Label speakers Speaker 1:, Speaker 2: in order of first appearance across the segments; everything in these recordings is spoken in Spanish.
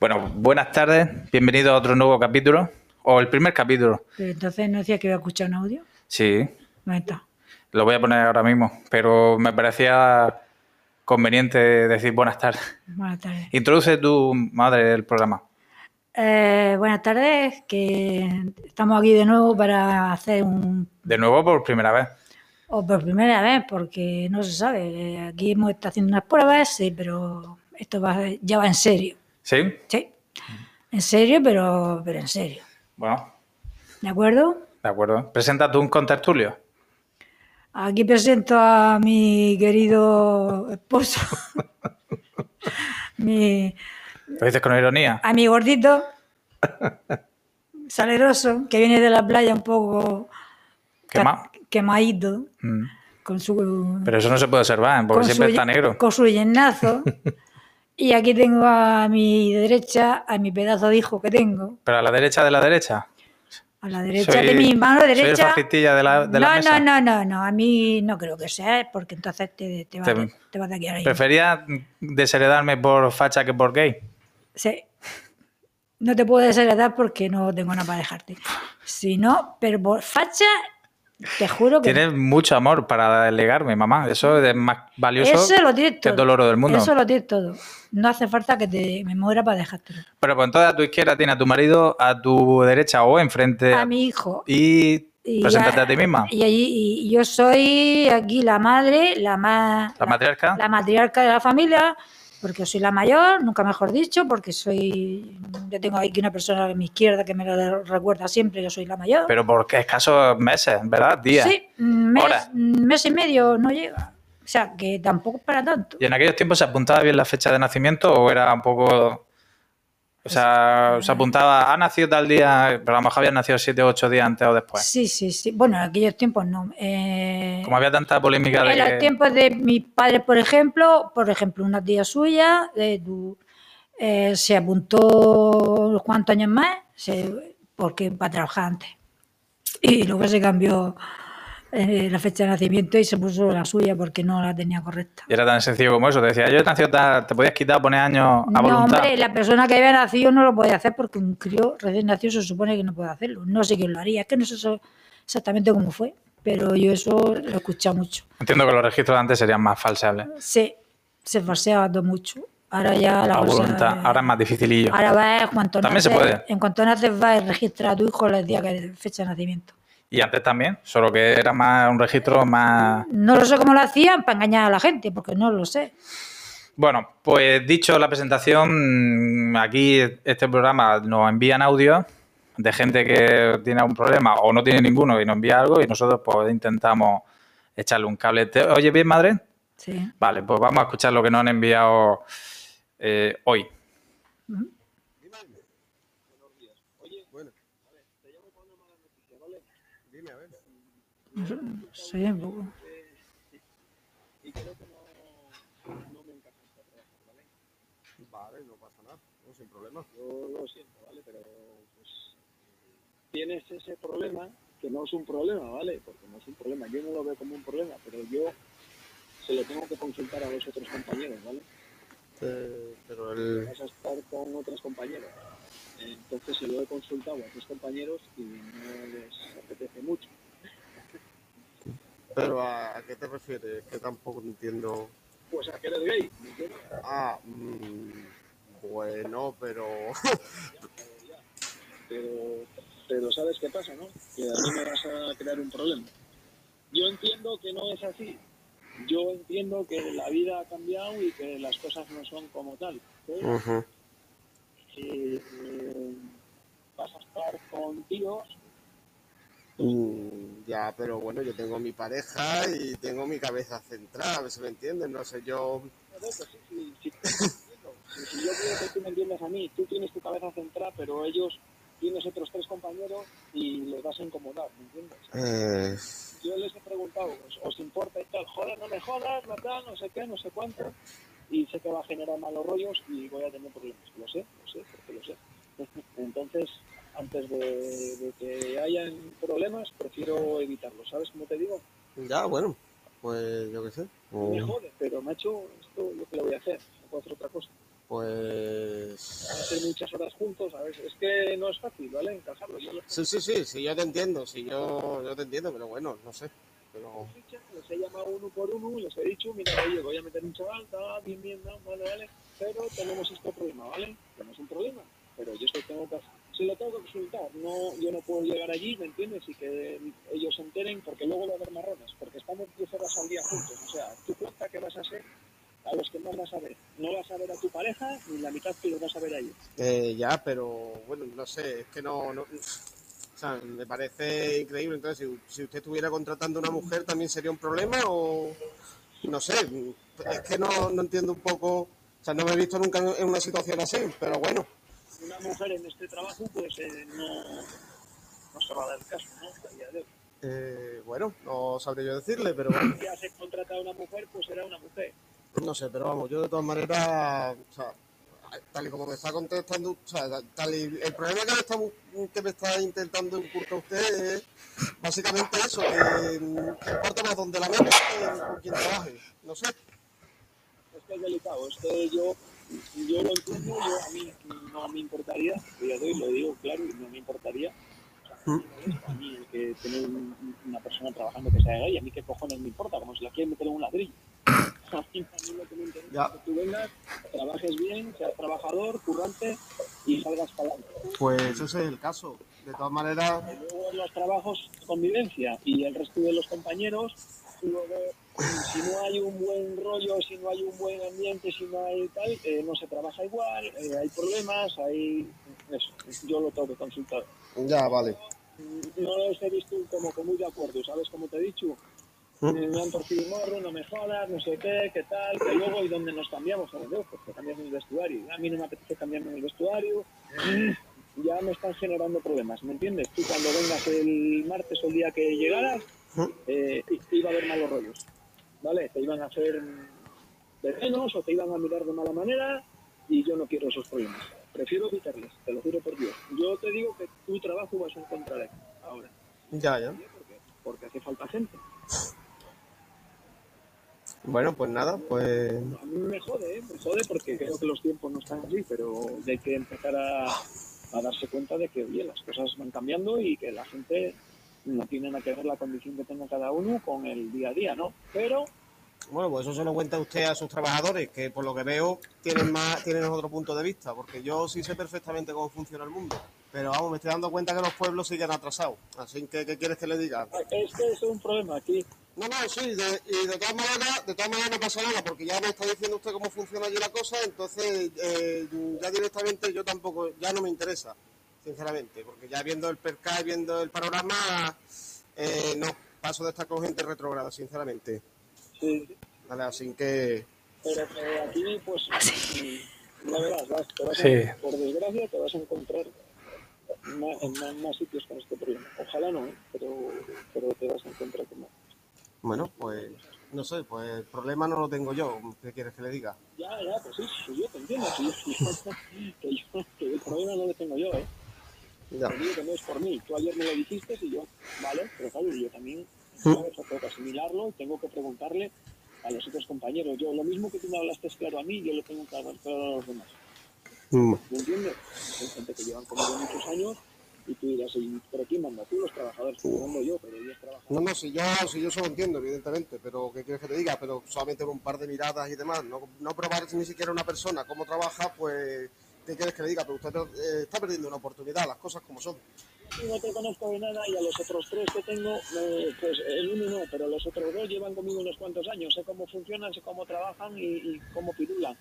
Speaker 1: Bueno, buenas tardes, bienvenido a otro nuevo capítulo, o el primer capítulo.
Speaker 2: Pero entonces no decía que iba a escuchar un audio.
Speaker 1: Sí,
Speaker 2: No está.
Speaker 1: lo voy a poner ahora mismo, pero me parecía conveniente decir buenas tardes.
Speaker 2: Buenas tardes.
Speaker 1: Introduce tu madre el programa.
Speaker 2: Eh, buenas tardes, que estamos aquí de nuevo para hacer un.
Speaker 1: De nuevo, por primera vez.
Speaker 2: o por primera vez, porque no se sabe. eh, Aquí hemos estado haciendo unas pruebas, sí, pero esto va, ya va en serio.
Speaker 1: ¿Sí?
Speaker 2: Sí. En serio, pero, pero en serio.
Speaker 1: Bueno,
Speaker 2: ¿De acuerdo?
Speaker 1: de acuerdo. Presenta tú un contertulio.
Speaker 2: Aquí presento a mi querido esposo, mi,
Speaker 1: Lo dices con ironía.
Speaker 2: a mi gordito, saleroso, que viene de la playa un poco
Speaker 1: ¿Qué
Speaker 2: ca-
Speaker 1: más?
Speaker 2: quemadito,
Speaker 1: Mm.
Speaker 2: con su,
Speaker 1: Pero eso no se puede observar, ¿eh? porque
Speaker 2: con
Speaker 1: siempre
Speaker 2: su
Speaker 1: está
Speaker 2: ye-
Speaker 1: negro.
Speaker 2: con su yenazo. y aquí tengo a mi derecha, a mi pedazo de hijo que tengo,
Speaker 1: Pero a la derecha de la derecha.
Speaker 2: a la derecha de
Speaker 1: Soy-
Speaker 2: mi mano
Speaker 1: soy el
Speaker 2: derecha.
Speaker 1: fascistilla de la- de la
Speaker 2: no,
Speaker 1: mesa.
Speaker 2: no, no, no, no, a mí no creo que sea, porque entonces te, te vas,
Speaker 1: Te-
Speaker 2: de- te vas de aquí ahora mismo.
Speaker 1: Prefería desheredarme por facha que por gay.
Speaker 2: Sí. No te puedo desheredar porque no tengo nada para dejarte. Si no, pero por facha, te juro que
Speaker 1: Tienes mucho amor para delegarme, mamá. Eso es más valioso
Speaker 2: eso lo tienes
Speaker 1: que
Speaker 2: todo.
Speaker 1: el dolor del mundo.
Speaker 2: Eso lo tienes todo. No hace falta que te me muera para dejártelo.
Speaker 1: Pero pues entonces a tu izquierda tiene a tu marido, a tu derecha o enfrente.
Speaker 2: A mi hijo.
Speaker 1: Eh, Y,
Speaker 2: Y
Speaker 1: preséntate
Speaker 2: a-
Speaker 1: a, ti misma.
Speaker 2: Y, allí, y yo soy aquí la madre, la más.
Speaker 1: la matriarca.
Speaker 2: la matriarca de la familia, porque soy la mayor, nunca mejor dicho, porque soy. Yo tengo aquí una persona a mi izquierda que me lo recuerda siempre, yo soy la mayor.
Speaker 1: Pero porque escasos meses, ¿verdad? Días.
Speaker 2: Sí, mes,
Speaker 1: Horas.
Speaker 2: mes y medio no llega. O sea, que tampoco es para tanto.
Speaker 1: ¿Y en aquellos tiempos se apuntaba bien la fecha de nacimiento o era un poco... O sea, se apuntaba, ha nacido tal día, pero a lo mejor había nacido siete o ocho días antes o después.
Speaker 2: Sí, sí, sí. Bueno, en aquellos tiempos no. Eh,
Speaker 1: pues. Como había tanta polémica de
Speaker 2: en los
Speaker 1: que-
Speaker 2: tiempos de mis padres, por ejemplo, por ejemplo, una tía suya de tu- eh, se apuntó unos cuantos años más se- porque para trabajar antes. Y luego se cambió eh, la fecha de nacimiento y se puso la suya porque no la tenía correcta.
Speaker 1: Y era tan sencillo como eso. Te decía, yo he nacido tal, te podías quitar, poner años a
Speaker 2: No,
Speaker 1: voluntad.
Speaker 2: hombre, la persona que había nacido no lo puede hacer porque un crío recién nacido se supone que no puede hacerlo. No sé quién lo haría, es que no sé eso- exactamente cómo fue, pero yo eso lo he escuchado mucho.
Speaker 1: Entiendo que los registros de antes serían más falseables.
Speaker 2: Se, se falseaba todo mucho. Ahora ya la
Speaker 1: A
Speaker 2: cosa-
Speaker 1: voluntad. Ahora es más dificilillo.
Speaker 2: Ahora eh, vas, en cuanto
Speaker 1: También se
Speaker 2: naces-
Speaker 1: puede.
Speaker 2: En cuanto naces vas y registras a tu hijo el día que fecha de nacimiento.
Speaker 1: Y antes también, solo que era más un registro más...
Speaker 2: No lo sé cómo lo hacían para engañar a la gente, porque no lo sé.
Speaker 1: Bueno, pues dicho la presentación, mm, aquí este programa nos envían audios de gente que tiene algún problema o no tiene ninguno y nos envía algo y nosotros pues intentamos echarle un cable. ¿Te oye bien, madre?
Speaker 2: Sí.
Speaker 1: Vale, pues vamos a escuchar lo que nos han enviado eh, hoy.
Speaker 2: No sé, Soy un poco.
Speaker 3: Vale, no pasa nada, no, sin problema. Yo lo siento, ¿vale? Pero pues tienes ese problema que no es un problema, ¿vale? Porque no es un problema, yo no lo veo como un problema, pero yo se lo tengo que consultar a los otros compañeros, ¿vale?
Speaker 4: Este, pero el...
Speaker 3: Vas a estar con otras compañeras. Entonces se lo he consultado a tus compañeros y no les apetece mucho.
Speaker 4: Pero a, ¿a qué te refieres? Que tampoco entiendo.
Speaker 3: Pues a que eres gay, ¿me entiendes?
Speaker 4: Ah, mm, bueno, pero...
Speaker 3: pero, pero sabes qué pasa, ¿no? Que a mí me vas a crear un problema. Yo entiendo que no es así. Yo entiendo que la vida ha cambiado y que las cosas no son como tal. ¿sí?
Speaker 4: Ujú.
Speaker 3: Que, eh, vas a estar con tíos,
Speaker 4: Mm, ya, pero bueno, yo tengo mi pareja y tengo mi cabeza central, a ver si me entiendes, no sé, yo...
Speaker 3: ¿no? Pues sí, sí, sí, sí, sí, yo creo que tú me entiendes a mí, tú tienes tu cabeza central, pero ellos tienes otros tres compañeros y les vas a incomodar, ¿me entiendes?
Speaker 4: Eh,
Speaker 3: yo les he preguntado, ¿os, os importa y tal? Joder, no me jodas, no tal, no sé qué, no sé cuánto. Y sé que va a generar malos rollos y voy a tener problemas. Lo sé, lo sé, porque lo sé. Entonces, antes de, de que hayan problemas, prefiero evitarlos. ¿Sabes cómo te digo?
Speaker 4: ya, bueno, pues yo qué sé.
Speaker 3: Me
Speaker 4: Mm,
Speaker 3: jode, pero macho, esto es lo que le voy a hacer. No puedo hacer otra cosa.
Speaker 4: Pues...
Speaker 3: Hacer muchas horas juntos, a veces es que no es fácil, ¿vale? Encajarlo. Yo lo
Speaker 4: Sí, sí, sí, sí, yo te entiendo, sí, yo, yo te entiendo, pero bueno, no sé. Pero
Speaker 3: ficha, les he llamado uno por uno, les he dicho, mira, oye, voy a meter un chaval, tal, bien, bien, tal, vale, vale, pero tenemos este problema, ¿vale? Tenemos un problema, pero yo se lo tengo que, se lo tengo que consultar, no, yo no puedo llegar allí, ¿me entiendes? Y que ellos se enteren, porque luego va a haber marrones, porque estamos 10 horas al día juntos, o sea, tú cuenta que vas a ser a los que más vas a ver, no vas a ver a tu pareja, ni la mitad que los vas a ver a ellos.
Speaker 4: Eh, ya, pero bueno, no sé, es que no, no- o sea, me parece increíble. Entonces, si, si usted estuviera contratando a una mujer, ¿también sería un problema? O no sé, es que no, no entiendo un poco, o sea, no me he visto nunca en una situación así, pero bueno,
Speaker 3: Una mujer en este trabajo, pues eh, no, no se va a dar caso, ¿no? A día de hoy.
Speaker 4: eh, bueno, no sabré yo decirle, pero bueno,
Speaker 3: ya se contrata a una mujer, pues será una mujer.
Speaker 4: no sé, pero vamos, yo de todas maneras, o sea, tal y como me está contestando, o sea, tal y, el problema que me está, bu- que me está intentando inculcar usted es básicamente eso, que mm, que importa más donde la meta que con quien trabaje, no sé.
Speaker 3: Es que es delicado, es que yo, yo lo entiendo, yo a mí no me importaría, a día de hoy lo digo claro, y no me importaría. O sea, A mí el que tener un- una persona trabajando que sea gay, a mí qué cojones me importa, como si la quieren meter en un ladrillo. A mí, a mí lo que me interesa
Speaker 4: Ya.
Speaker 3: es que tú vengas, trabajes bien, seas trabajador, currante y salgas para adelante.
Speaker 4: Pues ese es el caso. De todas maneras,
Speaker 3: Y luego en los trabajos convivencia y el resto de los compañeros luego si no hay un buen rollo si no hay un buen ambiente si no hay tal eh, no se trabaja igual eh, hay problemas hay eso yo lo tengo que consultar
Speaker 4: ya vale.
Speaker 3: Mm, no los he visto como que muy de acuerdo sabes como te he dicho
Speaker 4: ¿Mm?
Speaker 3: Eh, me han torcido el morro, no me jodas, no sé qué, qué tal, que luego y donde nos cambiamos, joder, Dios, pues te cambias en el vestuario. A mí no me apetece cambiarme en el vestuario,
Speaker 4: ¿Mm?
Speaker 3: ya me están generando problemas, ¿me entiendes? Tú cuando vengas el martes o el día que llegaras,
Speaker 4: ¿Mm?
Speaker 3: eh, i- iba a haber malos rollos, ¿vale? Te iban a hacer venenos o te iban a mirar de mala manera y yo no quiero esos problemas. Prefiero evitarles, te lo juro por Dios. Yo te digo que tu trabajo vas a encontrar aquí, ahora.
Speaker 4: Ya, ya.
Speaker 3: ¿sí? Porque, porque hace falta gente.
Speaker 4: Bueno, pues nada, pues.
Speaker 3: A mí me jode, ¿eh? me jode porque creo que los tiempos no están así, pero hay que empezar a, a darse cuenta de que oye, las cosas van cambiando y que la gente no tiene nada que ver la condición que tenga cada uno con el día a día, ¿no? Pero
Speaker 4: Bueno, pues eso se lo cuenta usted a sus trabajadores, que por lo que veo tienen más, tienen otro punto de vista, porque yo sí sé perfectamente cómo funciona el mundo. Pero vamos, me estoy dando cuenta que los pueblos siguen atrasados. Así que, ¿qué quieres que le diga?
Speaker 3: es que es un problema aquí.
Speaker 4: No, no, sí, de- y de todas maneras, de todas maneras no pasa nada, porque ya me está diciendo usted cómo funciona allí la cosa, entonces eh, ya directamente yo tampoco, ya no me interesa, sinceramente, porque ya viendo el percal, viendo el panorama, eh, no, paso de estar con gente retrograda, sinceramente.
Speaker 3: Sí,
Speaker 4: Vale, así que,
Speaker 3: pero que aquí, pues, la verdad, vas, te vas a-
Speaker 1: Sí.
Speaker 3: por desgracia, te vas a encontrar ma- en ma- más, sitios con este problema. Ojalá no, ¿eh? pero, pero te vas a encontrar con más.
Speaker 4: bueno, pues, no sé, pues el problema no lo tengo yo, ¿qué quieres que le diga?
Speaker 3: Ya, ya, pues sí, sí, yo te entiendo. sí, yo- que, yo, que el problema no lo tengo yo, ¿eh?
Speaker 4: Ya.
Speaker 3: Te digo que no es por mí. Tú ayer me lo dijiste y yo, vale, pero claro, yo también ¿sabes? tengo que asimilarlo y tengo que preguntarle a los otros compañeros. Yo, lo mismo que tú me hablaste claro a mí, yo lo tengo que hablar claro a los demás.
Speaker 4: Mm,
Speaker 3: ¿Me entiendes? Hay gente que llevan conmigo muchos años y tú dirás, "¿Y- ¿pero quién manda? Tú, los trabajadores, tú mando yo, pero ellos trabajan.
Speaker 4: No, no, si yo, si yo eso lo entiendo, evidentemente, pero ¿qué quieres que te diga? Pero solamente con un par de miradas y demás, no, no probar ni siquiera una persona cómo trabaja, pues, ¿qué quieres que le diga? Pero usted eh, está perdiendo una oportunidad, las cosas como son.
Speaker 3: Yo no te conozco de nada y a los otros tres que tengo, eh, pues el uno no, pero los otros dos llevan conmigo unos cuantos años. Sé cómo funcionan, sé cómo trabajan y, y cómo pirulan.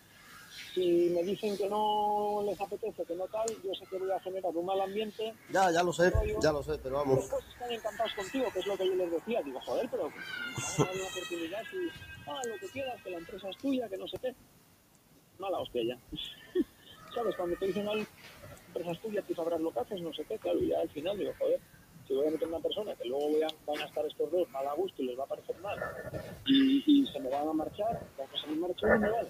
Speaker 3: Si me dicen que no les apetece, que no tal, yo sé que voy a generar un mal ambiente
Speaker 4: Ya, ya lo sé, ya lo sé, pero vamos.
Speaker 3: Después están encantados contigo, que es lo que yo les decía. Digo, joder, pero vamos a darle una oportunidad si, ah, lo que quieras, que la empresa es tuya, que no sé qué. Mala hostia ya. ¿Sabes? Cuando te dicen, "Ah, la empresa es tuya, tú sabrás lo que haces, no sé qué, claro, y ya al final digo, joder, si voy a meter una persona que luego voy a- van a estar estos dos mal a gusto y les va a parecer mal, y, y se me van a marchar, o que se me marche uno, vale.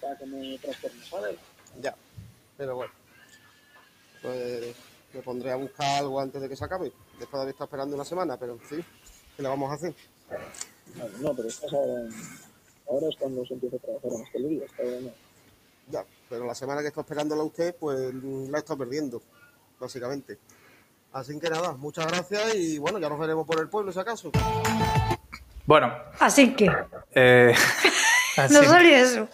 Speaker 3: Para que me trastorne, ¿sabes?
Speaker 4: Ya, pero bueno. Pues me pondré a buscar algo antes de que se acabe, después de haber estado esperando una semana, pero sí, ¿qué le vamos a hacer?
Speaker 3: Vale, No, pero estás ahora, en- ahora es cuando se empieza a trabajar en hostelería, hasta ahora no.
Speaker 4: Ya, Pero la semana que está esperándola usted, pues la está perdiendo, básicamente. Así que nada, muchas gracias y bueno, ya nos veremos por el pueblo si acaso.
Speaker 1: Bueno,
Speaker 2: Así que,
Speaker 1: eh, así-
Speaker 2: no salió eso.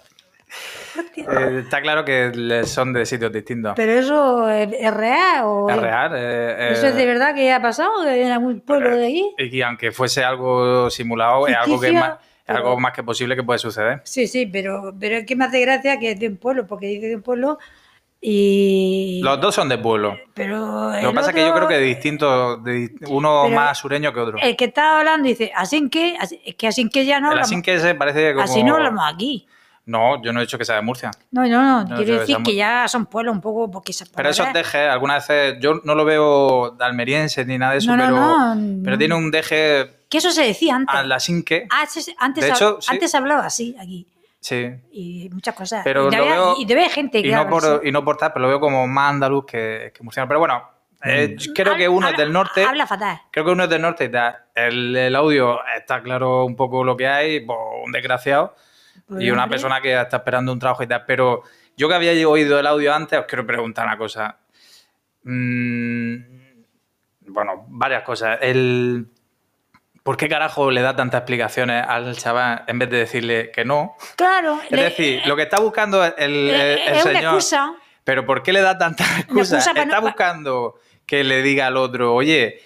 Speaker 1: eh, está claro que le- son de sitios distintos.
Speaker 2: Pero eso es, es real. O
Speaker 1: Es real. eh, eh,
Speaker 2: ¿Eso es de verdad que ha pasado en algún pueblo de aquí?
Speaker 1: Y aunque fuese algo simulado, es algo que es
Speaker 2: Ficticia,
Speaker 1: más, es
Speaker 2: pero-
Speaker 1: algo más que posible que puede suceder.
Speaker 2: Sí, sí, pero, pero es que me hace gracia que es de un pueblo, porque dice de un pueblo y...
Speaker 1: Los dos son de pueblo.
Speaker 2: Pero
Speaker 1: Lo
Speaker 2: el
Speaker 1: que pasa es que yo creo
Speaker 2: otro,
Speaker 1: que distinto, de- uno
Speaker 2: Pero-
Speaker 1: más sureño que otro.
Speaker 2: El que está hablando dice, así que, así, es que así que ya no
Speaker 1: el
Speaker 2: hablamos.
Speaker 1: así que se parece como...
Speaker 2: Así no Pues hablamos aquí.
Speaker 1: No, yo no he dicho que sea de Murcia.
Speaker 2: No, no, no,
Speaker 1: No,
Speaker 2: quiero
Speaker 1: yo-
Speaker 2: decir
Speaker 1: estamos-
Speaker 2: que ya son pueblos un poco... Porque se-
Speaker 1: Pero esos
Speaker 2: ¿verdad?
Speaker 1: dejes, algunas veces, yo no lo veo de almeriense ni nada de eso,
Speaker 2: No, no,
Speaker 1: pero,
Speaker 2: no,
Speaker 1: pero
Speaker 2: no.
Speaker 1: tiene un deje
Speaker 2: Que eso se decía antes.
Speaker 1: al asinque.
Speaker 2: Ah, sí, sí, antes,
Speaker 1: De
Speaker 2: hab-
Speaker 1: hecho, sí.
Speaker 2: antes hablaba así, aquí.
Speaker 1: Sí.
Speaker 2: Y muchas cosas.
Speaker 1: Pero
Speaker 2: y, te
Speaker 1: lo
Speaker 2: había-
Speaker 1: veo-
Speaker 2: y te ve gente que
Speaker 1: Y no,
Speaker 2: habla así.
Speaker 1: por, y no por tal, pero lo veo como más andaluz que, que murciano. Pero bueno, eh, creo que
Speaker 2: Habla-
Speaker 1: uno es
Speaker 2: habla-
Speaker 1: del norte.
Speaker 2: Habla fatal.
Speaker 1: Creo que uno es del norte y tal. El, el audio está claro un poco lo que hay, pues, un desgraciado y
Speaker 2: Pobre
Speaker 1: una
Speaker 2: hombre.
Speaker 1: persona que está esperando un trabajo y tal. Pero yo que había oído el audio antes, os quiero preguntar una cosa. Mm, bueno, varias cosas. El, ¿Por qué carajo le da tantas explicaciones al chaval en vez de decirle que no?
Speaker 2: Claro.
Speaker 1: Es
Speaker 2: le-
Speaker 1: decir, lo que está buscando el, el-
Speaker 2: le-
Speaker 1: el
Speaker 2: es una
Speaker 1: señor...
Speaker 2: excusa.
Speaker 1: Pero ¿por qué le da tantas excusas?
Speaker 2: excusa pa
Speaker 1: Está
Speaker 2: no- pa-
Speaker 1: buscando que le diga al otro, oye,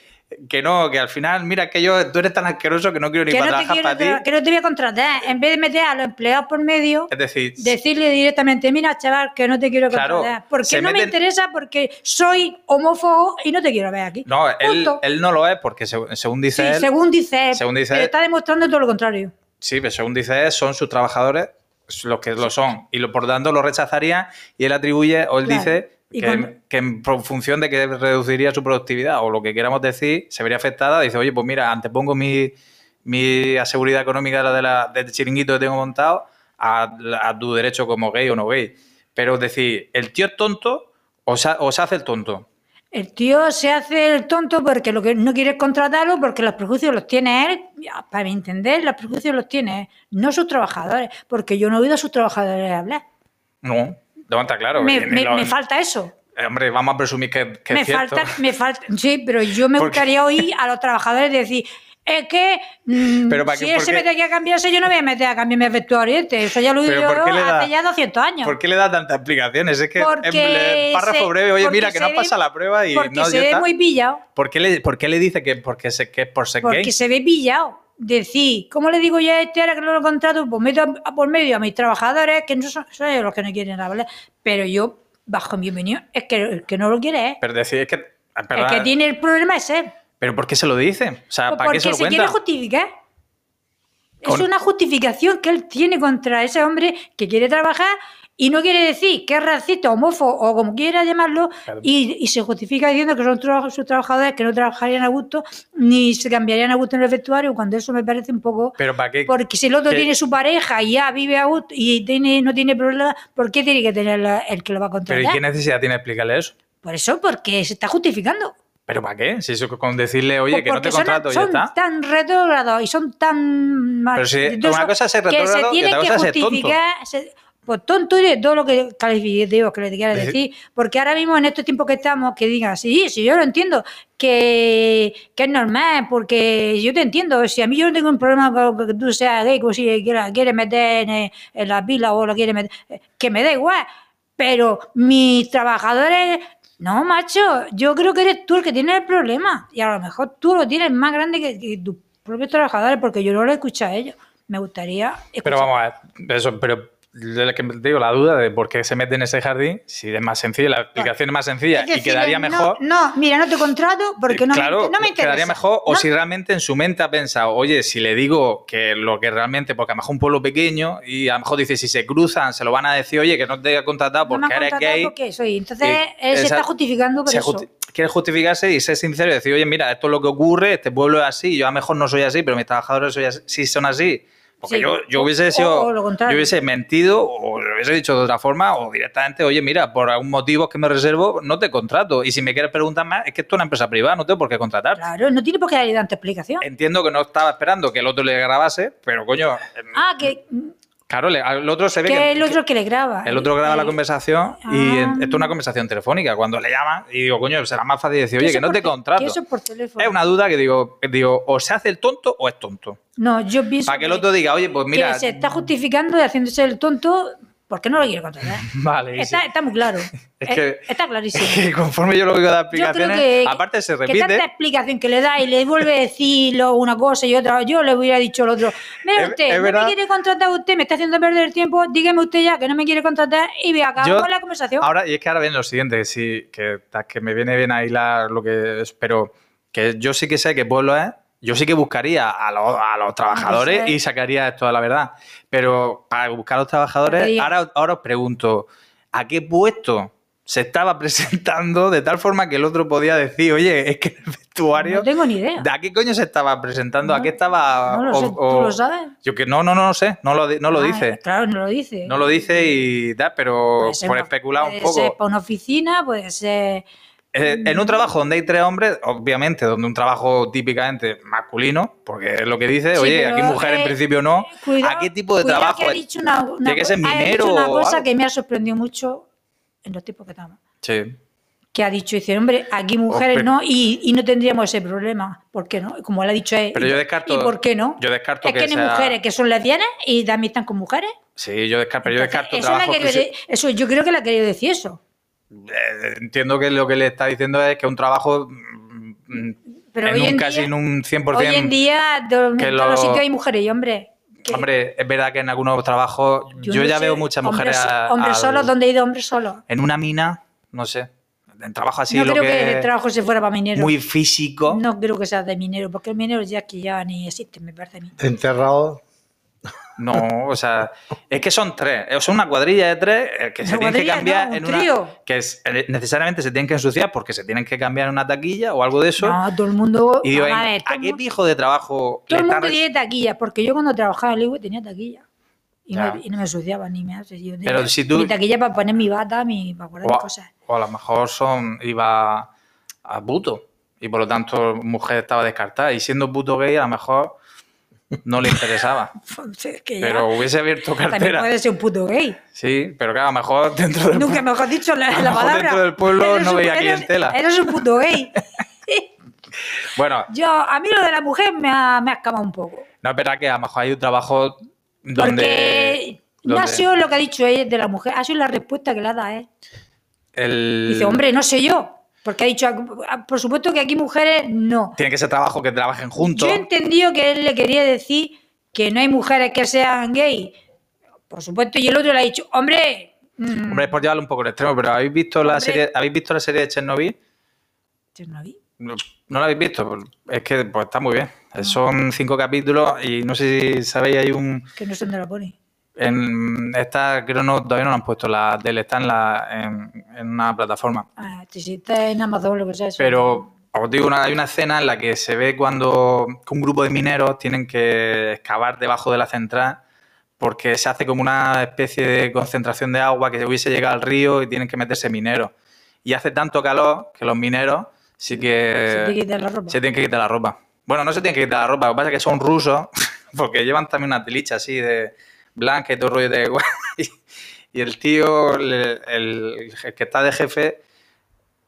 Speaker 1: que no, que al final, mira que yo, tú eres tan asqueroso que no quiero ni
Speaker 2: Que no,
Speaker 1: para
Speaker 2: te
Speaker 1: trabajar
Speaker 2: quiero
Speaker 1: para ti.
Speaker 2: tra- que no te voy a contratar. En vez de meter a los empleados por medio,
Speaker 1: Es decir,
Speaker 2: decirle directamente, mira, chaval, que no te quiero
Speaker 1: Claro,
Speaker 2: contratar. porque
Speaker 1: se
Speaker 2: no me
Speaker 1: meten-
Speaker 2: interesa, porque soy homófobo y no te quiero ver aquí.
Speaker 1: no, él,
Speaker 2: Punto.
Speaker 1: él no lo es porque seg- según dice
Speaker 2: Sí,
Speaker 1: él,
Speaker 2: según dice él,
Speaker 1: según dice
Speaker 2: pero
Speaker 1: él-
Speaker 2: está demostrando todo lo contrario.
Speaker 1: sí, pero según dice él, son sus trabajadores los que lo son y lo, por tanto lo rechazaría y él atribuye o él
Speaker 2: Claro.
Speaker 1: dice
Speaker 2: Y
Speaker 1: que,
Speaker 2: con-
Speaker 1: que en pro- función de que reduciría su productividad o lo que queramos decir, se vería afectada. Dice, oye, pues mira, antepongo mi, mi seguridad económica la de la, del chiringuito que tengo montado a, la- a tu derecho como gay o no gay. Pero es decir, el tío es tonto o se, ha- o se hace el tonto.
Speaker 2: El tío se hace el tonto porque lo que no quiere es contratarlo porque los prejuicios los tiene él, ya, para mi entender, los prejuicios los tiene él, no sus trabajadores, porque yo no he oído a sus trabajadores hablar.
Speaker 1: No, no está claro.
Speaker 2: Me,
Speaker 1: En el-
Speaker 2: me- me falta eso.
Speaker 1: Eh, Hombre, vamos a presumir que, que
Speaker 2: me
Speaker 1: es cierto.
Speaker 2: falta, me falta, sí, pero yo me
Speaker 1: Porque-
Speaker 2: gustaría oír a los trabajadores decir, es que mm,
Speaker 1: Pero para
Speaker 2: si
Speaker 1: qué-
Speaker 2: él
Speaker 1: por
Speaker 2: se
Speaker 1: qué-
Speaker 2: mete aquí a cambiarse, yo no me voy a meter a cambiarme el vestuario oriente. Eso ya lo
Speaker 1: Pero
Speaker 2: digo
Speaker 1: ¿por qué le da-
Speaker 2: hace ya 200 años.
Speaker 1: ¿Por qué le da tantas explicaciones? Es que en
Speaker 2: Porque
Speaker 1: el párrafo
Speaker 2: se-
Speaker 1: breve, oye,
Speaker 2: porque
Speaker 1: mira, que
Speaker 2: se
Speaker 1: no
Speaker 2: ve-
Speaker 1: pasa la prueba y
Speaker 2: porque
Speaker 1: no ya
Speaker 2: se ve
Speaker 1: está.
Speaker 2: muy pillado.
Speaker 1: ¿Por qué le, por qué le dice que, porque se, que es por ser
Speaker 2: Porque
Speaker 1: gay?
Speaker 2: se ve pillado. Decir, ¿cómo le digo yo a este ahora que no lo contrato? Pues meto a- a por medio a mis trabajadores, que no son, son ellos los que no quieren hablar. Pero yo, bajo mi opinión, es que el que no lo quiere ¿eh? es.
Speaker 1: Pero decir, es que. ah,
Speaker 2: El
Speaker 1: perdona,
Speaker 2: que tiene el problema es él.
Speaker 1: ¿Pero por qué se lo dice? O sea, ¿para qué
Speaker 2: Pues porque
Speaker 1: se
Speaker 2: se,
Speaker 1: lo cuenta?
Speaker 2: quiere justificar.
Speaker 1: Con-
Speaker 2: Es una justificación que él tiene contra ese hombre que quiere trabajar y no quiere decir que es racista, homófobo o como quiera llamarlo,
Speaker 1: Claro.
Speaker 2: y, y se justifica diciendo que son tra- sus trabajadores que no trabajarían a gusto ni se cambiarían a gusto en el vestuario, cuando eso me parece un poco...
Speaker 1: ¿Pero para qué?
Speaker 2: Porque si el otro
Speaker 1: que-
Speaker 2: tiene su pareja y ya vive a gusto y tiene, no tiene problema, ¿por qué tiene que tener la- el que lo va a
Speaker 1: ¿Pero y
Speaker 2: contratar?
Speaker 1: qué necesidad tiene explicarle eso?
Speaker 2: Por eso, porque se está justificando.
Speaker 1: ¿Pero para qué? Si eso con decirle, oye,
Speaker 2: Pues
Speaker 1: que no te
Speaker 2: porque son-
Speaker 1: contrato y ya
Speaker 2: son,
Speaker 1: está.
Speaker 2: tan retrógrados y son tan mal-
Speaker 1: Pero si
Speaker 2: de todo
Speaker 1: una
Speaker 2: eso
Speaker 1: cosa es ser
Speaker 2: que se
Speaker 1: retrógrado y
Speaker 2: tiene
Speaker 1: otra
Speaker 2: que
Speaker 1: cosa es ser tonto.
Speaker 2: justificar se- pues tonto y de todo lo que califique- digo que le quiera
Speaker 1: Deci-
Speaker 2: decir porque ahora mismo en estos tiempos que estamos que digan sí sí yo lo entiendo que, que es normal porque yo te entiendo si a mí yo no tengo un problema con que tú seas gay pues como si quiera- quieres meter en, eh, en la pila o lo quieres meter eh, que me da igual pero mis trabajadores, no, macho, yo creo que eres tú el que tiene el problema. Y a lo mejor tú lo tienes más grande que, que tus propios trabajadores, porque yo no lo escucho a ellos. Me gustaría escuchar.
Speaker 1: Pero vamos a ver, eso, pero lo que te digo, la duda de por qué se mete en ese jardín, si es más sencilla, la explicación es más sencilla
Speaker 2: Es
Speaker 1: y
Speaker 2: decir,
Speaker 1: quedaría
Speaker 2: no,
Speaker 1: mejor.
Speaker 2: No, mira, no te contrato porque no,
Speaker 1: Eh, claro,
Speaker 2: me, no me interesa.
Speaker 1: quedaría mejor. O
Speaker 2: No,
Speaker 1: si realmente en su mente ha pensado, oye, si le digo que lo que realmente, porque a lo mejor un pueblo pequeño y a lo mejor dice, si se cruzan, se lo van a decir, oye, que no te he contratado
Speaker 2: no me
Speaker 1: porque
Speaker 2: han
Speaker 1: eres
Speaker 2: contratado
Speaker 1: gay.
Speaker 2: porque soy. Entonces,
Speaker 1: Eh,
Speaker 2: él se
Speaker 1: esa-
Speaker 2: está justificando por
Speaker 1: Se
Speaker 2: eso.
Speaker 1: justi- quiere justificarse y ser sincero y decir, oye, mira, esto es lo que ocurre, este pueblo es así, yo a lo mejor no soy así, pero mis trabajadores soy así- sí son así. Porque
Speaker 2: Sí,
Speaker 1: yo, yo
Speaker 2: o-
Speaker 1: hubiese
Speaker 2: o-
Speaker 1: sido,
Speaker 2: o lo contrario.
Speaker 1: yo hubiese mentido o lo hubiese dicho de otra forma o directamente, oye, mira, por algún motivo que me reservo, no te contrato. Y si me quieres preguntar más, es que esto es una empresa privada, no tengo por qué contratar.
Speaker 2: Claro, no tiene por qué darle tanta explicación.
Speaker 1: Entiendo que no estaba esperando que el otro le grabase, pero coño, em,
Speaker 2: Ah, que,
Speaker 1: Claro, le- al otro se ve
Speaker 2: Que
Speaker 1: que,
Speaker 2: el otro que le graba.
Speaker 1: el otro graba la
Speaker 2: Eh,
Speaker 1: conversación y
Speaker 2: Ah.
Speaker 1: en- esto es una conversación telefónica. Cuando le llaman y digo, coño, será más fácil decir,
Speaker 2: que
Speaker 1: oye,
Speaker 2: eso
Speaker 1: que no
Speaker 2: por
Speaker 1: te
Speaker 2: te-
Speaker 1: contrato.
Speaker 2: que eso por teléfono.
Speaker 1: Es una duda que digo, que digo, o se hace el tonto o es tonto.
Speaker 2: No, yo pienso.
Speaker 1: Para que el otro diga, oye, pues
Speaker 2: que
Speaker 1: mira.
Speaker 2: se está justificando de haciéndose el tonto porque no lo quiere contratar.
Speaker 1: Vale, y
Speaker 2: Está,
Speaker 1: sí.
Speaker 2: está muy claro. Eh,
Speaker 1: Es que-
Speaker 2: está clarísimo.
Speaker 1: Es que conforme yo lo oigo de las
Speaker 2: Yo creo
Speaker 1: explicaciones,
Speaker 2: que,
Speaker 1: aparte se
Speaker 2: que tanta
Speaker 1: repite.
Speaker 2: explicación que le da y le vuelve a decirlo una cosa y otra, yo le hubiera dicho lo otro. Mira
Speaker 1: Es-
Speaker 2: usted,
Speaker 1: es
Speaker 2: no
Speaker 1: verdad.
Speaker 2: me quiere contratar usted, me está haciendo perder el tiempo, dígame usted ya que no me quiere contratar y ve acá
Speaker 1: Yo-
Speaker 2: con la conversación.
Speaker 1: Ahora, y es que ahora ven lo siguiente, que sí, que, que me viene bien a hilar lo que es, pero que yo sí que sé qué pueblo es, yo sí que buscaría a los, a los trabajadores
Speaker 2: sí.
Speaker 1: y sacaría esto a la verdad. Pero para buscar a los
Speaker 2: Para que
Speaker 1: trabajadores,
Speaker 2: digan.
Speaker 1: ahora, ahora os pregunto, ¿a qué puesto se estaba presentando de tal forma que el otro podía decir, oye, es que el vestuario...
Speaker 2: no tengo ni idea.
Speaker 1: ¿De a qué coño se estaba presentando? ¿A
Speaker 2: No,
Speaker 1: qué estaba...?
Speaker 2: no lo
Speaker 1: o-
Speaker 2: sé, ¿tú
Speaker 1: o-
Speaker 2: lo sabes?
Speaker 1: Yo que no, no, no, no sé, no lo, di- no lo
Speaker 2: Ah,
Speaker 1: dice.
Speaker 2: Claro, no lo dice.
Speaker 1: No lo dice y da, pero
Speaker 2: Puede ser
Speaker 1: por
Speaker 2: una-
Speaker 1: especular un
Speaker 2: Pues puede
Speaker 1: poco.
Speaker 2: ser para una oficina, puede ser.
Speaker 1: Eh, en un trabajo donde hay tres hombres, obviamente, donde un trabajo típicamente masculino, porque es lo que dice,
Speaker 2: Sí,
Speaker 1: oye,
Speaker 2: pero
Speaker 1: aquí mujer en
Speaker 2: eh,
Speaker 1: principio no,
Speaker 2: cuidado-
Speaker 1: ¿a qué tipo de
Speaker 2: cuidado
Speaker 1: trabajo?
Speaker 2: Que ha
Speaker 1: es?
Speaker 2: dicho una, una
Speaker 1: Tiene que ser
Speaker 2: co- ha dicho
Speaker 1: minero
Speaker 2: una
Speaker 1: o
Speaker 2: cosa
Speaker 1: algo.
Speaker 2: que me ha sorprendido mucho en los tiempos que estamos.
Speaker 1: Sí.
Speaker 2: que ha dicho, dice, hombre, aquí mujeres
Speaker 1: Hombre.
Speaker 2: no, y, y no tendríamos ese problema. ¿Por qué no? Como le ha dicho él.
Speaker 1: Pero
Speaker 2: ¿y-
Speaker 1: yo descarto-
Speaker 2: ¿Y por qué no?
Speaker 1: yo descarto
Speaker 2: Es
Speaker 1: que
Speaker 2: que, tiene
Speaker 1: sea-
Speaker 2: mujeres que son lesbianas y también están con mujeres.
Speaker 1: Sí, yo descarto, pero yo
Speaker 2: Entonces,
Speaker 1: descarto
Speaker 2: eso, la
Speaker 1: trabajos
Speaker 2: ha
Speaker 1: que
Speaker 2: querido de- eso yo creo que le ha querido decir eso.
Speaker 1: se- eh, Entiendo que lo que le está diciendo es que un trabajo mm, mm,
Speaker 2: Pero
Speaker 1: en
Speaker 2: hoy
Speaker 1: un
Speaker 2: en
Speaker 1: casi
Speaker 2: día-
Speaker 1: en un 100%...
Speaker 2: Hoy en día, do- en
Speaker 1: que
Speaker 2: todos
Speaker 1: lo-
Speaker 2: los sitios hay mujeres y hombres. Que-
Speaker 1: Hombre, es verdad que en algunos trabajos yo,
Speaker 2: no
Speaker 1: ya
Speaker 2: sé,
Speaker 1: veo muchas mujeres
Speaker 2: Hombres,
Speaker 1: a-
Speaker 2: hombres
Speaker 1: al-
Speaker 2: solos, ¿dónde he ido hombres solos?
Speaker 1: en una mina, no sé, en trabajo así
Speaker 2: no
Speaker 1: lo
Speaker 2: creo que,
Speaker 1: que
Speaker 2: el trabajo se fuera para minero.
Speaker 1: muy físico.
Speaker 2: No creo que sea de minero, porque el minero ya es que ya ni existe, me parece a mí.
Speaker 5: Enterrado.
Speaker 1: No, o sea, es que son tres, es una cuadrilla de tres eh, que
Speaker 2: Una
Speaker 1: se tienen que
Speaker 2: cuadrilla,
Speaker 1: cambiar
Speaker 2: no, un
Speaker 1: en una
Speaker 2: trío.
Speaker 1: que es- eh, necesariamente se tienen que ensuciar porque se tienen que cambiar en una taquilla o algo de eso.
Speaker 2: No, todo el mundo.
Speaker 1: y digo,
Speaker 2: vamos a
Speaker 1: ¿en-
Speaker 2: ver, todo
Speaker 1: ¿a
Speaker 2: el
Speaker 1: qué
Speaker 2: mundo-
Speaker 1: pijo de trabajo
Speaker 2: Todo el
Speaker 1: le
Speaker 2: mundo
Speaker 1: están-
Speaker 2: tiene taquilla, porque yo cuando trabajaba en el IWE tenía taquilla. Y
Speaker 1: Ya.
Speaker 2: no, y no me ensuciaba ni me hace. Yo tenía
Speaker 1: Pero si tú-
Speaker 2: mi taquilla para poner mi bata, mi, para guardar
Speaker 1: o,
Speaker 2: mis
Speaker 1: a-
Speaker 2: cosas.
Speaker 1: o a lo mejor son iba a puto y por lo tanto mujer estaba descartada y siendo puto gay a lo mejor no le interesaba,
Speaker 2: Es que ya-
Speaker 1: pero hubiese abierto
Speaker 2: también
Speaker 1: cartera.
Speaker 2: puede ser un puto gay.
Speaker 1: Sí, pero claro, a lo mejor dentro del
Speaker 2: Nunca mejor dicho la,
Speaker 1: A lo
Speaker 2: la
Speaker 1: mejor
Speaker 2: palabra.
Speaker 1: dentro del pueblo
Speaker 2: Eres
Speaker 1: no
Speaker 2: un-
Speaker 1: veía
Speaker 2: eres-
Speaker 1: clientela.
Speaker 2: Eres un puto gay.
Speaker 1: Bueno,
Speaker 2: Yo, a mí lo de la mujer me ha, me ha escamado un poco.
Speaker 1: no es verdad que a lo mejor hay un trabajo donde,
Speaker 2: Porque no ha
Speaker 1: donde
Speaker 2: sido lo que ha dicho ella de la mujer, ha sido la respuesta que le ha dado a él.
Speaker 1: el-
Speaker 2: Dice, hombre, no sé yo. Porque ha dicho, "Ah, por supuesto que aquí mujeres no.
Speaker 1: tiene que ser trabajo que trabajen juntos.
Speaker 2: Yo he entendido que él le quería decir que no hay mujeres que sean gay. Por supuesto, y el otro le ha dicho, hombre, mm,
Speaker 1: Hombre, es por llevarlo un poco al extremo, pero ¿habéis visto la
Speaker 2: Hombre.
Speaker 1: serie, ¿habéis visto la serie de Chernobyl?
Speaker 2: yo no vi.
Speaker 1: No, no la habéis visto. Es que pues, está muy bien. Son cinco capítulos y no sé si sabéis, hay un.
Speaker 2: que no sé dónde lo pone.
Speaker 1: En esta, creo no, todavía no la han puesto. La tele está en, la, en, en una plataforma.
Speaker 2: Ah, si- si está en Amazon lo que sea. eso.
Speaker 1: Pero os digo, una- hay una escena en la que se ve cuando que un grupo de mineros tienen que excavar debajo de la central porque se hace como una especie de concentración de agua que hubiese llegado al río y tienen que meterse mineros. Y hace tanto calor que los mineros sí
Speaker 2: Se te
Speaker 1: que
Speaker 2: quita la ropa.
Speaker 1: se tienen que quitar la ropa. Bueno, no se tienen que quitar la ropa, lo que pasa es que son rusos porque llevan también una tilicha así de blanca y todo rollo de guay. Y el tío, le- el, el que está de jefe,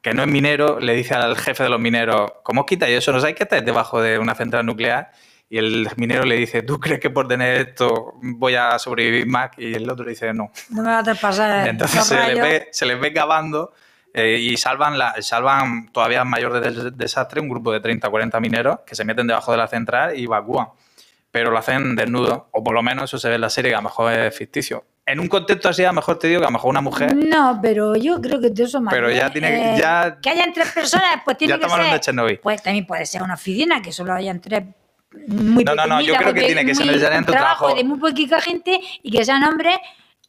Speaker 1: que no es minero, le dice al jefe de los mineros, ¿cómo os quitáis eso? ¿No sabéis que estáis debajo de una central nuclear? Y el minero le dice, ¿tú crees que por tener esto voy a sobrevivir más? Y el otro le dice, no.
Speaker 2: No me va a traspasar.
Speaker 1: Entonces
Speaker 2: Ah, los
Speaker 1: se les,
Speaker 2: rayos.
Speaker 1: ve, se les ve cavando eh, y salvan, la, salvan todavía mayor de- desastre un grupo de 30 o 40 mineros que se meten debajo de la central y evacúan. Pero lo hacen desnudo, o por lo menos eso se ve en la serie, que a lo mejor es ficticio. En un contexto así, a lo mejor te digo que a lo mejor una mujer.
Speaker 2: No, pero yo creo que de eso más.
Speaker 1: ¿eh? Pero ya
Speaker 2: bien, eh,
Speaker 1: tiene- ya-
Speaker 2: Que hayan tres personas, pues Mm, tiene
Speaker 1: Ya
Speaker 2: que
Speaker 1: estamos hablando de
Speaker 2: ser.
Speaker 1: Chernobyl.
Speaker 2: Pues también puede ser una oficina, que solo hayan tres. Muy
Speaker 1: No, no, no, yo
Speaker 2: pequeñitas,
Speaker 1: creo
Speaker 2: muy
Speaker 1: que tiene
Speaker 2: pe-
Speaker 1: que ser
Speaker 2: muy-
Speaker 1: necesariamente
Speaker 2: un
Speaker 1: un
Speaker 2: trabajo,
Speaker 1: trabajo-
Speaker 2: de muy poquita gente y que sean hombres